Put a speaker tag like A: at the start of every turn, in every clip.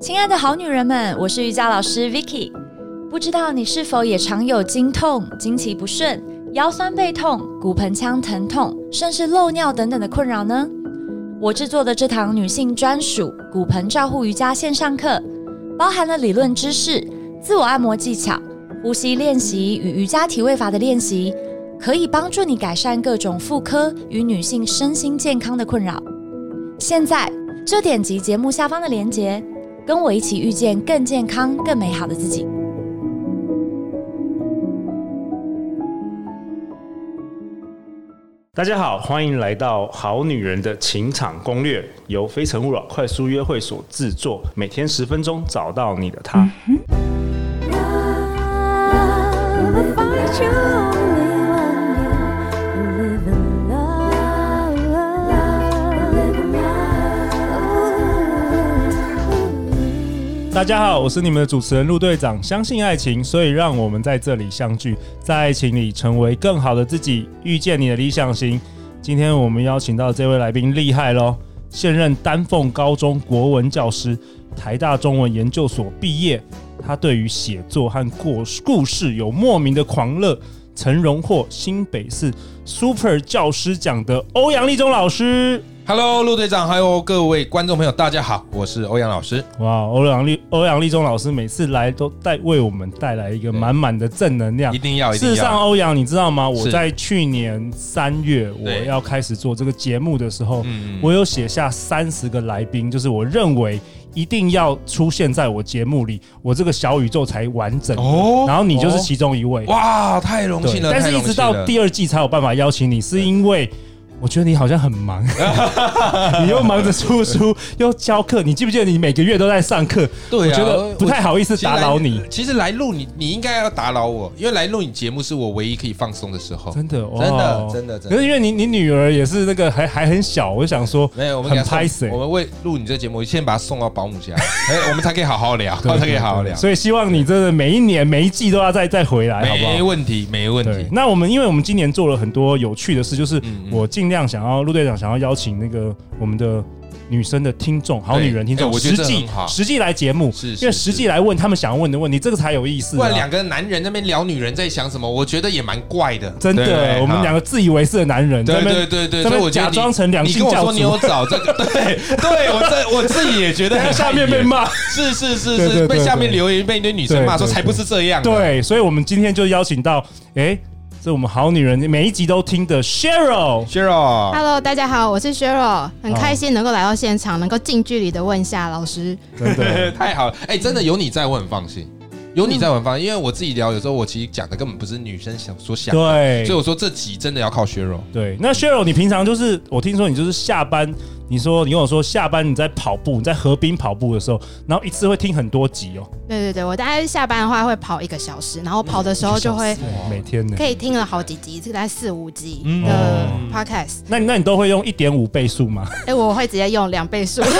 A: 亲爱的好女人们，我是瑜伽老师 Vicky。不知道你是否也常有经痛、经期不顺、腰酸背痛、骨盆腔疼痛，甚至漏尿等等的困扰呢？我制作的这堂女性专属骨盆照护瑜伽线上课，包含了理论知识、自我按摩技巧、呼吸练习与瑜伽体位法的练习，可以帮助你改善各种妇科与女性身心健康的困扰。现在就点击节目下方的链接，跟我一起遇见更健康、更美好的自己。
B: 大家好，欢迎来到《好女人的情场攻略》，由非诚勿扰快速约会所制作，每天十分钟，找到你的他。
C: Love, find you only one you live in love, live in love.
B: 大家好，我是你们的主持人陆队长。相信爱情，所以让我们在这里相聚，在爱情里成为更好的自己，遇见你的理想型。今天我们邀请到这位来宾厉害喽，现任丹凤高中国文教师，台大中文研究所毕业。他对于写作和故故事有莫名的狂热。曾荣获新北市 Super 教师奖的欧阳立中老师。
D: Hello，陆队长，还有各位观众朋友，大家好，我是欧阳老师。
B: 哇，欧阳立欧阳立中老师每次来都带为我们带来一个满满的正能量
D: 一。定要，一
B: 啊事实
D: 定
B: 上，哦
D: 要。
B: 欧阳，你知道吗？
D: 是
B: 我在去年三月我
D: 对
B: 要开始做这个节目的时候，
D: 嗯
B: 我有写下三十个来宾，就是我认为一定要出现在我节目里，我这个小宇宙才完整的。
D: 哦
B: 然后你就是其中一位，
D: 哇，太荣
B: 对
D: 幸了，
B: 但
D: 太
B: 是一
D: 荣
B: 直
D: 幸
B: 到
D: 了。
B: 第二季才有办法邀请你，是因为我觉得你好像很 忙， 你又忙着出书，又教课，你记不记得你每个月都在上课？
D: 对啊
B: 我觉得不太好意思
D: 其实来
B: 打扰你。
D: 其实来录你，你应该要打扰我，因为来录你节目是我唯一可以放松的时候。
B: 真的，哇
D: 真的，真的，真
B: 可是
D: 的。
B: 因为你你女儿也是那个还还很小，我就想说，
D: 没有，我们给
B: 很
D: 她送
B: 拍死欸。
D: 我们为录你这节目，先把她送到保 姆家，哎，我们才可以好好聊，
B: 对
D: 才可以好好聊。
B: 所以希望你真的每一年每一季都要再再回来，好不好
D: 没？问题，没问
B: 对啊
D: 题，。
B: 那我们因为我们今年做了很多有趣的事，就是
D: 嗯嗯
B: 我尽量想要陆队长想要邀请那个我们的女生的听众，好女人听众，
D: 哎我觉
B: 实
D: 得这
B: 际
D: 很好
B: 实际来节目，
D: 是是
B: 因为实际来问他们想要问的问题，这个才有意思
D: 不
B: 啊。
D: 然两个男人那边聊女人在想什么，我觉得也蛮怪的。
B: 真
D: 对不
B: 的
D: 对，
B: 我们
D: 好
B: 两个自以为是的男人，在
D: 对
B: 那边
D: 对对对，
B: 在
D: 所
B: 那
D: 以
B: 边
D: 我觉得
B: 假
D: 你
B: 装成良
D: 你
B: 性
D: 跟我
B: 教
D: 说你有
B: 主，
D: 找这个，对对，我这我自己也觉得
B: 在
D: 很
B: 下面被
D: 碍眼，
B: 骂。
D: 是是是
B: 对对对
D: 是，被下
B: 对
D: 面留言被一堆女
B: 对
D: 生骂说
B: 对
D: 才不是这样，，啊
B: 对，所以我们今天就邀请到，哎，这我们好女人每一集都听的 Cheryl。
D: Cheryl，
E: Hello，大家好，我是 Cheryl，很开心能够来到现场，能够近距离的问一下老师。
B: 真 的
D: 太好了，哎，真的有你在，我很放心。有你在，我很放心，因为我自己聊，有时候我其实讲的根本不是女生想所想的，
B: 对，
D: 所以我说这集真的要靠 Cheryl。
B: 对，那 Cheryl，你平常就是我听说你就是下班，你说你跟我说下班你在跑步，你在河滨跑步的时候，然后一次会听很多集哦，
E: 对对对，我大概下班的话会跑一个小时，然后跑的时候就会
B: 对每天呢
E: 可。以听了好几集，大概四五集
D: 嗯
E: 的
B: 哦
E: podcast。
B: 那你那你都会用一点五倍速吗？
E: 哎、我会直接用两倍速。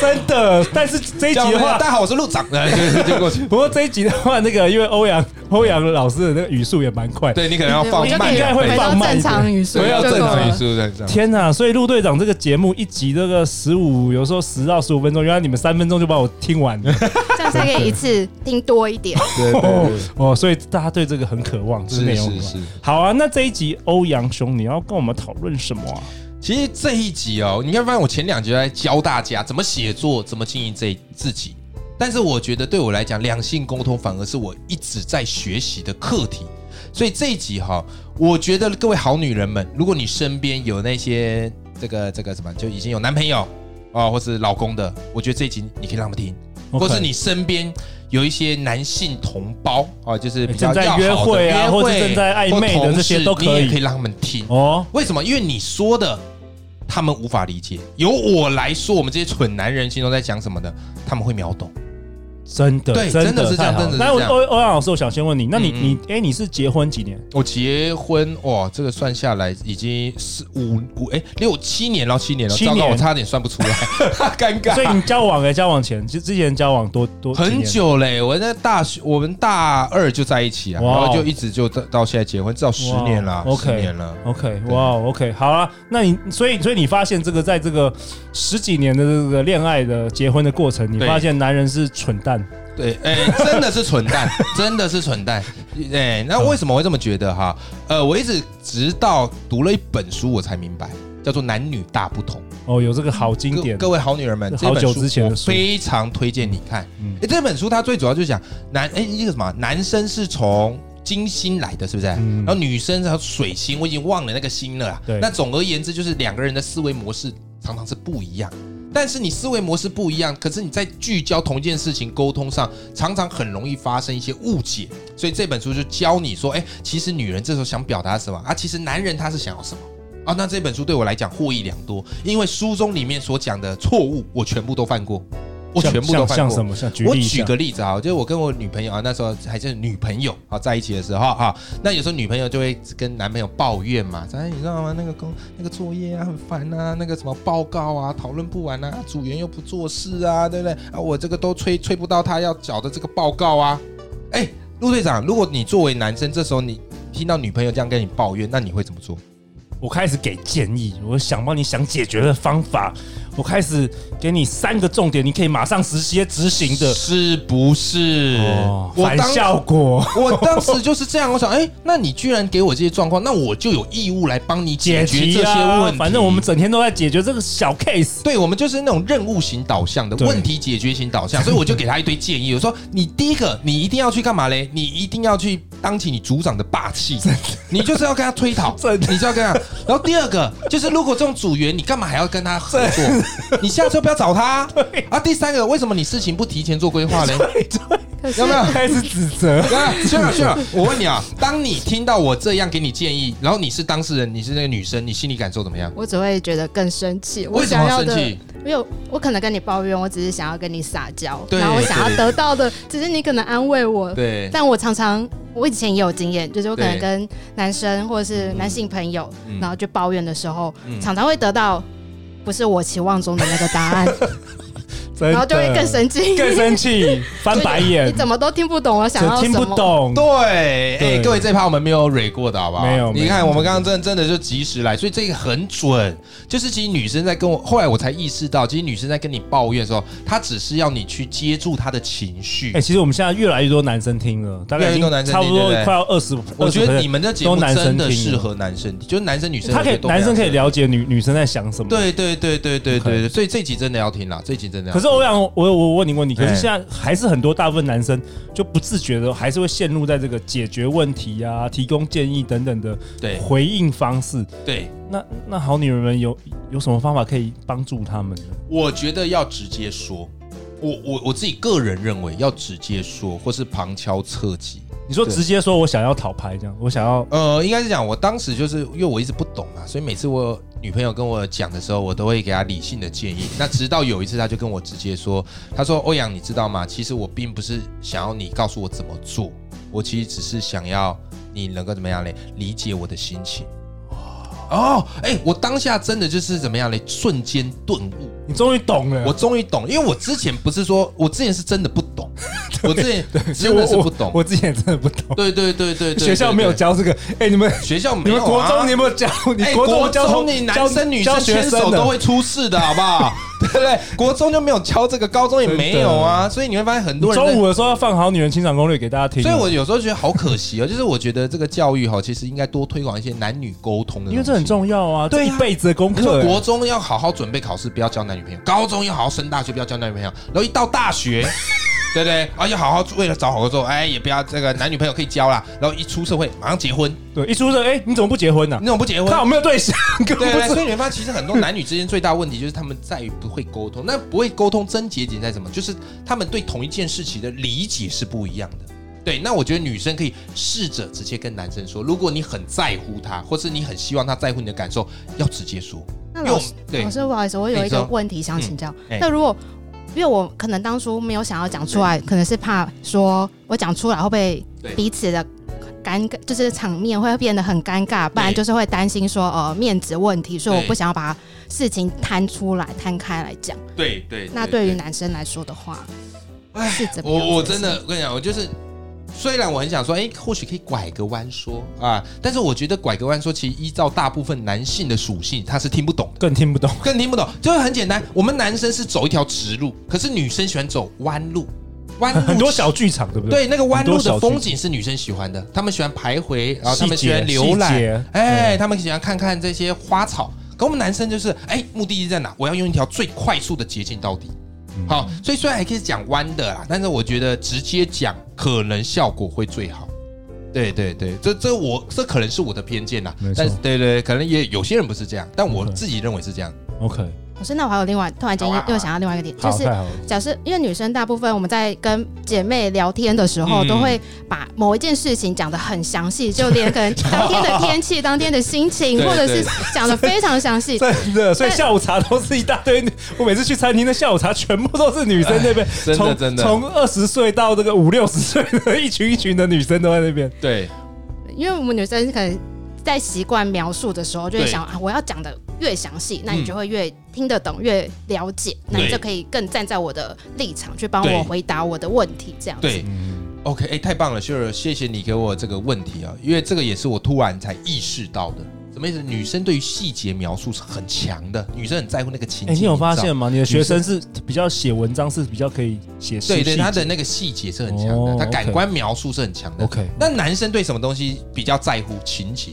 B: 真的，但是这一集的话
D: 大，家好，我是陆长， 哎就就过去。
B: 不过这一集的话，那个因为欧阳欧阳老师的那个语速也蛮快。
D: 对你可能要
E: 对
D: 放
E: 我就可
D: 慢
E: 以
B: 应该
D: 两
B: 会
D: 倍
E: 回，
B: 放
E: 到
B: 慢一点
E: 正常语速
D: 所以要
E: 就
D: 正
E: 够
D: 常语
E: 了。
D: 速，正常。
B: 天呐、所以陆队长这个节目一集这个十五，有时候十到十五分钟，原来你们三分钟就把我听完了。
E: 这样才可以一次听多一点。
D: 对
B: 哦哦，所以大家对这个很渴望，这个内容很渴望
D: 是是是
B: 好啊，那这一集欧阳兄，你要跟我们讨论什么啊？
D: 其实这一集哦，你看发现我前两集都在教大家怎么写作，怎么经营这自己。但是我觉得对我来讲，两性沟通反而是我一直在学习的课题。所以这一集哈、我觉得各位好女人们，如果你身边有那些这个这个什么，就已经有男朋友啊、哦或是老公的，我觉得这一集你可以让他们听
B: OK
D: 或是你身边有一些男性同胞啊、哦就是比
B: 正
D: 较
B: 在
D: 要好的
B: 约会啊
D: 约
B: 或是正在暧昧的
D: 或同
B: 这些
D: 事
B: 都可
D: 你也
B: 以
D: 可以让他们听。
B: 哦，
D: 为什么？因为你说的，他们无法理解。由我来说，我们这些蠢男人心中在讲什么呢？他们会秒懂。
B: 真的，
D: 对
B: 真
D: 真的是这样
B: 太好了
D: 真的是
B: 那我
D: 这样
B: 欧欧阳老师，我想先问你，那你
D: 嗯嗯
B: 你哎，你是结婚 几年？
D: 我结婚哇，这个算下来已经是五五哎六七年了，七年了，
B: 七
D: 糟糕，
B: 年
D: 我差点算不出来，尴尬。
B: 所以你交往哎，交往前就之前交往多多几
D: 很
B: 年
D: 久嘞、我在大学，我们大二就在一起啊，
B: 哇哦
D: 然后就一直就到到现在结婚，至少十年了，
B: 哇
D: 十
B: OK
D: 年了。
B: OK，哇，OK，好啊，那你所以所以你发现这个在这个十几年的这个恋爱的结婚的过程，你
D: 对
B: 发现男人是蠢蛋，
D: 对，哎、真的是蠢 蛋，真的是蠢蛋。哎、那
B: 嗯
D: 为什么会这么觉得哈？呃，我一直直到读了一本书，我才明白，叫做《男女大不同》。
B: 哦，有这个好经典，
D: 各各位好女人们，
B: 好
D: 这本
B: 久
D: 书
B: 之前的
D: 我
B: 书
D: 非常推荐你看。
B: 嗯
D: 哎，这本书它最主要就讲男，哎，一个什么，男生是从。金星来的，是不是？
B: 嗯
D: 然后女生是水星，我已经忘了那个星了啊。
B: 对
D: 那总而言之，就是两个人的思维模式常常是不一样。但是你思维模式不一样，可是你在聚焦同一件事情沟通上，常常很容易发生一些误解。所以这本书就教你说，哎、其实女人这时候想表达什么啊？其实男人他是想要什么？啊，那这本书对我来讲获益良多，因为书中里面所讲的错误，我全部都犯过，我
B: 像
D: 全部都
B: 像
D: 犯
B: 像什
D: 过。
B: 么？像举
D: 我
B: 例一
D: 举
B: 下，
D: 个例子啊，就是我跟我女朋友啊，那时候还是女朋友啊，在一起的时候啊，那有时候女朋友就会跟男朋友抱怨嘛，哎，你知道吗？那个工那个作业啊很烦啊，那个什么报告啊讨论不完啊，组员又不做事啊，对不对？啊，我这个都催催不到他要缴的这个报告啊，哎，陆队长，如果你作为男生，这时候你听到女朋友这样跟你抱怨，那你会怎么做？
B: 我开始给建议，我想帮你想解决的方法，我开始给你三个重点，你可以马上直接执行的。
D: 是不是？
B: 哦
D: 我
B: 反
D: 当
B: 效果，
D: 我当时就是这样，我想，哎、那你居然给我这些状况，那我就有义务来帮你解决
B: 题
D: 这些
B: 啊
D: 问题。
B: 反正我们整天都在解决这个小 case。
D: 对，我们就是那种任务型导向的
B: 对
D: 问题解决型导向，所以我就给他一堆建议。我说，你第一个，你一定要去干嘛嘞？你一定要去当起你组长的霸气，你就是要跟他推讨，你就要跟他。然后第二个就是，如果这种组员，你干嘛还要跟他合作？你下次不要找他啊啊。第三个，为什么你事情不提前做规划嘞？有没有？
B: 开始指 责，
D: 啊，炫了炫了！我问你啊，当你听到我这样给你建议，然后你是当事人，你是那个女生，你心里感受怎么样？
E: 我只会觉得更生气。我
D: 为什么
E: 想
D: 要
E: 要
D: 生
E: 的，
D: 气？
E: 因为我可能跟你抱怨，我只是想要跟你撒娇，
D: 对
E: 然后我想
D: 对
E: 要得到的只是你可能安慰我。
D: 对，
E: 但我常常，我以前也有经验，就是我可能
D: 对
E: 跟男生或者是男性朋友，
D: 嗯
E: 然后去抱怨的时候，
D: 嗯
E: 常常会得到不是我期望中的那个答 案，
B: 然
E: 然后就会更生气，
B: 更生 气，翻白眼，
E: 你怎么都听不懂我想要
B: 只
E: 什
B: 听
E: 么，
B: 不懂？
D: 对，哎
B: 对，
D: 各位这一趴我们没有蕊过的好不好？
B: 没有
D: 你
B: 没
D: 看
B: 有
D: 我们刚刚真的真的就及时来，所以这个很准。就是其实女生在跟我，后来我才意识到，其实女生在跟你抱怨的时候，她只是要你去接住她的情绪
B: 哎、。其实我们现在越来越多男生听了，大概已
D: 越
B: 经
D: 来越多男生听
B: 差不多
D: 对不对
B: 快要二十。
D: 我觉得你们的节目
B: 都男生
D: 真的
B: 听
D: 适合男生，就是男生女生，
B: 他可以，男生可以。了解女女生在想什么。。
D: 对对对对对对
B: OK
D: 对，所以这集真的要听啦，这集真的要
B: 可
D: 听。
B: 是欧阳，我我我问你个问题，可
D: 哎
B: 是现在还是很多大部分男生就不自觉的，还是会陷入在这个解决问题啊、提供建议等等的
D: 对
B: 回应方式。
D: 对，
B: 那那好女人们有有什么方法可以帮助他们呢？
D: 我觉得要直接说，我我我自己个人认为要直接说，或是旁敲侧击。
B: 你说
D: 对
B: 直接说我想要讨牌这样，我想要
D: 呃，应该是讲，我当时就是因为我一直不懂嘛，所以每次我女朋友跟我讲的时候，我都会给她理性的建议。那直到有一次，她就跟我直接说，她说：“欧阳，你知道吗？其实我并不是想要你告诉我怎么做，我其实只是想要你能够怎么样嘞，理解我的心情。”哦，哎、我当下真的就是怎么样嘞，瞬间顿悟。
B: 你终于懂 了，
D: 我终于懂，因为我之前不是说，我之前是真的 不懂，我之前
B: 其实
D: 真的是不懂
B: 我，我之前真的不懂。
D: 对对 对对对，
B: 学校
D: 对
B: 没有，教这个。哎，你们
D: 对学校
B: 你
D: 没有
B: 们
D: 啊，
B: 国中你有没有教？你
D: 哎
B: 国中有
D: 国
B: 教同
D: 中你
B: 教
D: 男生女
B: 教
D: 生
B: 学
D: 牵手
B: 生的
D: 都会出事的好 不好？对不对？国中就没有教这个，高中也没有啊，所以你会发现很多人在
B: 中午的时候要放好女人情场攻略给大家听。哦
D: 所以我有时候觉得好可惜哦，就是我觉得这个教育哈，其实应该多推广一些男女沟通的东西，
B: 因为这很重要啊，
D: 对啊
B: 这一辈子的功
D: 你说
B: 课。欸
D: 国中要好好准备考试，不要交男女朋友；高中要好好升大学，不要交男女朋友。然后一到大学，对不对？啊，要好好为了找好工作，哎，也不要这个男女朋友可以交啦。然后一出社会，马上结婚，
B: 对，一出生，哎，你怎么不结婚呢
D: 你？怎么不结婚？
B: 看我没有对象，根
D: 啊
B: 本
D: 对
B: 不
D: 对，
B: 是
D: 所以你会发现，其实很多男女之间最大问题就是他们在于不会沟通。那不会沟通症结点在什么？就是他们对同一件事情的理解是不一样的。对，那我觉得女生可以试着直接跟男生说，如果你很在乎他，或是你很希望他在乎你的感受，要直接说。
E: 那
D: 因为我
E: 老
D: 们
E: 师，
D: 对
E: 老师不好意思，我
D: 你
E: 有一个
D: 说
E: 问题想请教
D: 嗯哎。
E: 那如果因为我可能当初没有想要讲出来，可能是怕说我讲出来会不会
D: 对
E: 彼此的尴尬，就是场面会变得很尴尬，不然
D: 对
E: 就是会担心说呃面子问题，所以我
D: 对
E: 不想要把事情摊出来、摊开来讲。
D: 对对，
E: 那对于男生来说的话，是怎么样
D: 我我
E: 子
D: 真的我跟你讲，我就是虽然我很想说，哎、或许可以拐个弯说啊，但是我觉得拐个弯说，其实依照大部分男性的属性，他是听不懂的。
B: 更听不懂。
D: 更听不懂，就是很简单。我们男生是走一条直路，可是女生喜欢走弯路，弯路
B: 很多小剧场，对不对？
D: 对那个弯
B: 很
D: 路
B: 多小
D: 的
B: 剧
D: 风景是女生喜欢的，她们喜欢徘徊，然后她们
B: 细
D: 喜欢
B: 节
D: 浏
B: 细
D: 览，
B: 节
D: 哎，他们喜欢看看这些花草。可我们男生就是，哎，目的地在哪？我要用一条最快速的捷径到底。
B: 嗯
D: 好，所以虽然还可以讲弯的啦，但是我觉得直接讲可能效果会最好。对对对，这这我这可能是我的偏见啦
B: 没错，嗯
D: 但是对对，对可能也有些人不是这样，但我
B: OK
D: 自己认为是这样。
B: OK，
E: 可是那我还有另外，突然间
D: 好啊好
E: 又
D: 啊
E: 想到另外一个点，就
B: 好，
E: 是
B: 太好了。
E: 假设，因为女生大部分我们在跟姐妹聊天的时候，
D: 嗯
E: 都会把某一件事情讲得很详细，就连可能当天的 天气、当天的心情，
D: 对
E: 或者是讲得非常详细。
B: 真的，所以下午茶都是一大堆。 我每次去餐厅的下午茶，全部都是女生那边，
D: 哎真的
B: 从
D: 真的
B: 从二十岁到这个五六十岁的一群一群的女生都在那边。
D: 对，
E: 因为我们女生可能在习惯描述的时候，就会
D: 对
E: 想啊，我要讲的越详细，那你
D: 嗯
E: 就会越听得懂、越了解，那你
D: 对
E: 就可以更站在我的立场去帮
D: 对
E: 我回答我的问题，这样子。
D: 对、o k 哎、太棒了，秀儿，谢谢你给我这个问题啊，因为这个也是我突然才意识到的。什么意思？女生对于细节描述是很强的，女生很在乎那个情
B: 哎，
D: 境。
B: 你有发现
D: 吗？
B: 吗？你的学生是比较写文章，是比较可以写诗
D: 对对，
B: 细
D: 她
B: 节
D: 的那个细节是很强
B: 哦
D: 的，她
B: OK
D: 感官描述是很强的。
B: OK
D: 那男生对什么东西比较在乎？情节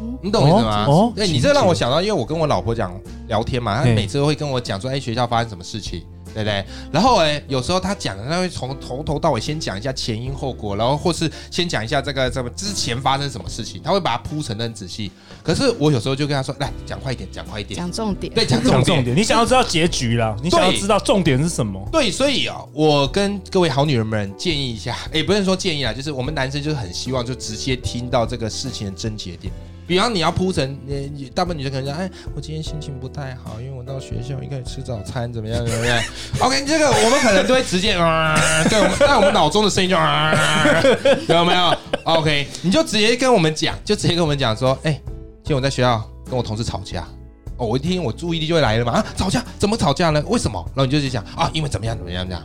E: 嗯。
D: 你懂我意思吗？
B: 哦哦
D: 对
B: 情
D: 你
B: 节
D: 这让我想到，因为我跟我老婆讲聊天嘛，她
B: 嘿
D: 每次都会跟我讲说，哎，学校发生什么事情，对不对？然后哎，有时候她讲，她会从从头到尾先讲一下前因后果，然后或是先讲一下这个什么之前发生什么事情，她会把它铺陈的很仔细。可是我有时候就跟她说，来讲快一点，讲快一点，
E: 讲重点。
D: 对，讲
B: 讲
D: 重点
B: 重。点，你想要知道结局啦，你想要知道重点是什么？
D: 对，所以啊，我跟各位好女人们建议一下， 也不是说建议啊，就是我们男生就是很希望就直接听到这个事情的症结点。比方你要铺成，呃，大部分女生可能讲，哎，我今天心情不太好，因为我到学校应该吃早餐，怎么样，对 不对？OK，这个我们可能都会直接， 啊、对，我们在我们脑中的声音就， 啊、有没有？OK，你就直接跟我们讲，就直接跟我们讲说，哎、今天我在学校跟我同事吵架，哦，我一听我注意力就会来了嘛，啊，吵架怎么吵架呢？为什么？然后你就去讲啊，因为怎么样怎么样这样，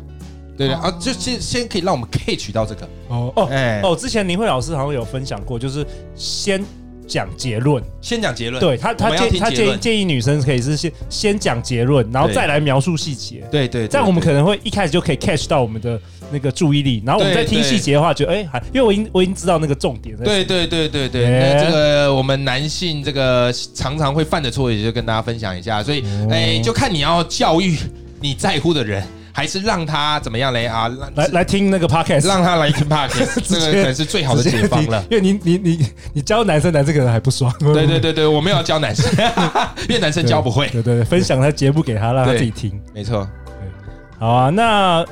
D: 对对、啊，就先先可以让我们 catch 到这个，
B: 哦哦
D: 哎、
B: 哦，之前林慧老师好像有分享过，就是先讲结论，
D: 先讲结论，
B: 对他
D: 我
B: 他
D: 们要
B: 建
D: 听
B: 他
D: 结
B: 建议
D: 论，
B: 建议女生可以是先先讲结论，然后
D: 对
B: 再来描述细节。
D: 对对，
B: 这样我们可
D: 能
B: 能会一开始就可以 catch 到我们的那个注意力，然后我们在
D: 对
B: 听
D: 对
B: 细节的话，觉得哎，还因为我已经我已经知道那个重点了。
D: 对对对对对，
B: 哎
D: 那这个我们男性这个常常会犯的错，也就跟大家分享一下，所以
B: 哦
D: 哎、就看你要教育 你在乎的人，还是让他怎么样嘞啊，让
B: 来来听那个 podcast，
D: 让他来听 p a r t 这个可能是最好的
B: 直接
D: 解放
B: 听
D: 了。
B: 因为你你你你教男生，男生可能还不爽。
D: 对对对对，我没有要教男生， 因为男生教不会。
B: 对对对，分享他节目给他，让他
D: 对
B: 自己听。
D: 没错，
B: 好啊，那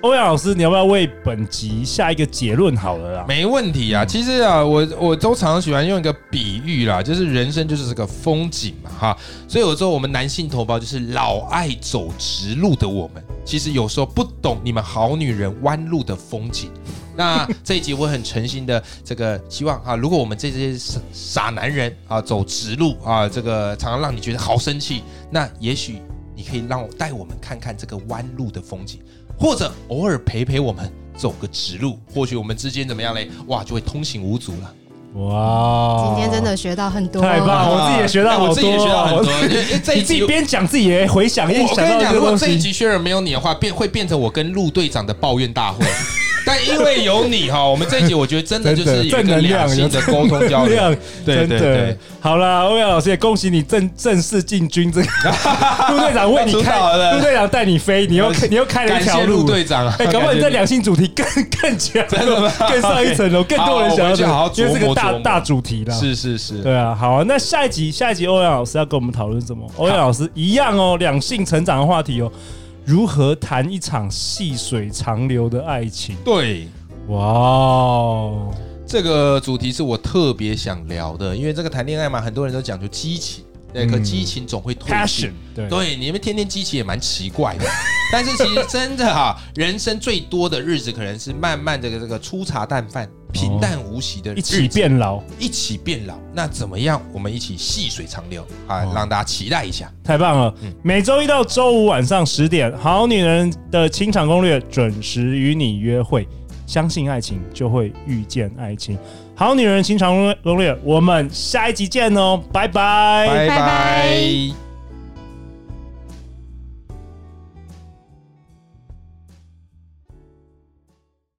B: 欧阳老师，你要不要为本集下一个结论好了啦？
D: 没问题啊。其实啊，我我都常常喜欢用一个比喻啦，就是人生就是这个风景嘛，哈。所以有时候我们男性同胞就是老爱走直路的我们，其实有时候不懂你们好女人弯路的风景。那这一集我很诚心的这个希望啊，如果我们这些傻傻男人啊走直路啊，这个常常让你觉得好生气，那也许你可以让我带我们看看这个弯路的风景，或者偶尔陪陪我们走个直路，或许我们之间怎么样嘞？哇，就会通行无阻了。
B: 哇，
E: 今天真的学到很多，
B: 太棒了，
D: 哇
B: 啊我自己也学到
D: 哎
B: 好多，
D: 我自己也学到很多因为因为这一
B: 你自己
D: 集
B: 边讲自己也回想，一
D: 我
B: 想
D: 跟
B: 到这
D: 你讲，
B: 个
D: 如果
B: 东
D: 这一
B: 西。
D: 集薛仁没有你的话，变会变成我跟陆队长的抱 怨大会。但因为有你哈，我们这一集我觉得真的就
B: 真的
D: 是有一
B: 正
D: 个
B: 能量
D: 良性的
B: 有
D: 沟 通交流
B: 亮。，
D: 对
B: 真的
D: 对对
B: 好啦，欧阳老师也恭喜你正正式进军 这个陆队长为你
D: 要出
B: 开
D: 道，了
B: 陆队长带你飞，你又开你又开了
D: 感
B: 一条
D: 谢
B: 路
D: 陆。队长啊！
B: 哎，搞不好你这
D: 感谢
B: 两性主题更更强，
D: 真的吗
B: 更上一层楼，更多人
D: 好
B: 想
D: 我
B: 要
D: 回去好好
B: 因为
D: 琢
B: 这个
D: 磨
B: 大
D: 琢磨
B: 大主题啦。
D: 是是是，
B: 对啊，好啊，那下一集下一集欧阳老师要跟我们讨论什么？欧阳老师一样哦，两性成长的话题哦，如何谈一场细水长流的爱情？
D: 对。
B: 哇哦，
D: 这个主题是我特别想聊的，因为这个谈恋爱嘛，很多人都讲究激情，对，可
B: 嗯
D: 激情总会褪去
B: ，passion，。对，
D: 对，你们天天激情也蛮奇 怪的，但是其实真的哈、人生最多的日子可能是慢慢的这个粗茶淡饭、平淡无奇的
B: 哦一
D: 日子，
B: 起变老，
D: 一起变老。那怎么样？我们一起细水长流啊，
B: 哦
D: 让大家期待一下。
B: 太棒了！
D: 嗯
B: 每周一到周五晚上十点，《好女人的情场攻略》准时与你约会。相信爱情，就会遇见爱情。好女人情场攻略，我们下一集见哦，拜拜
E: 拜拜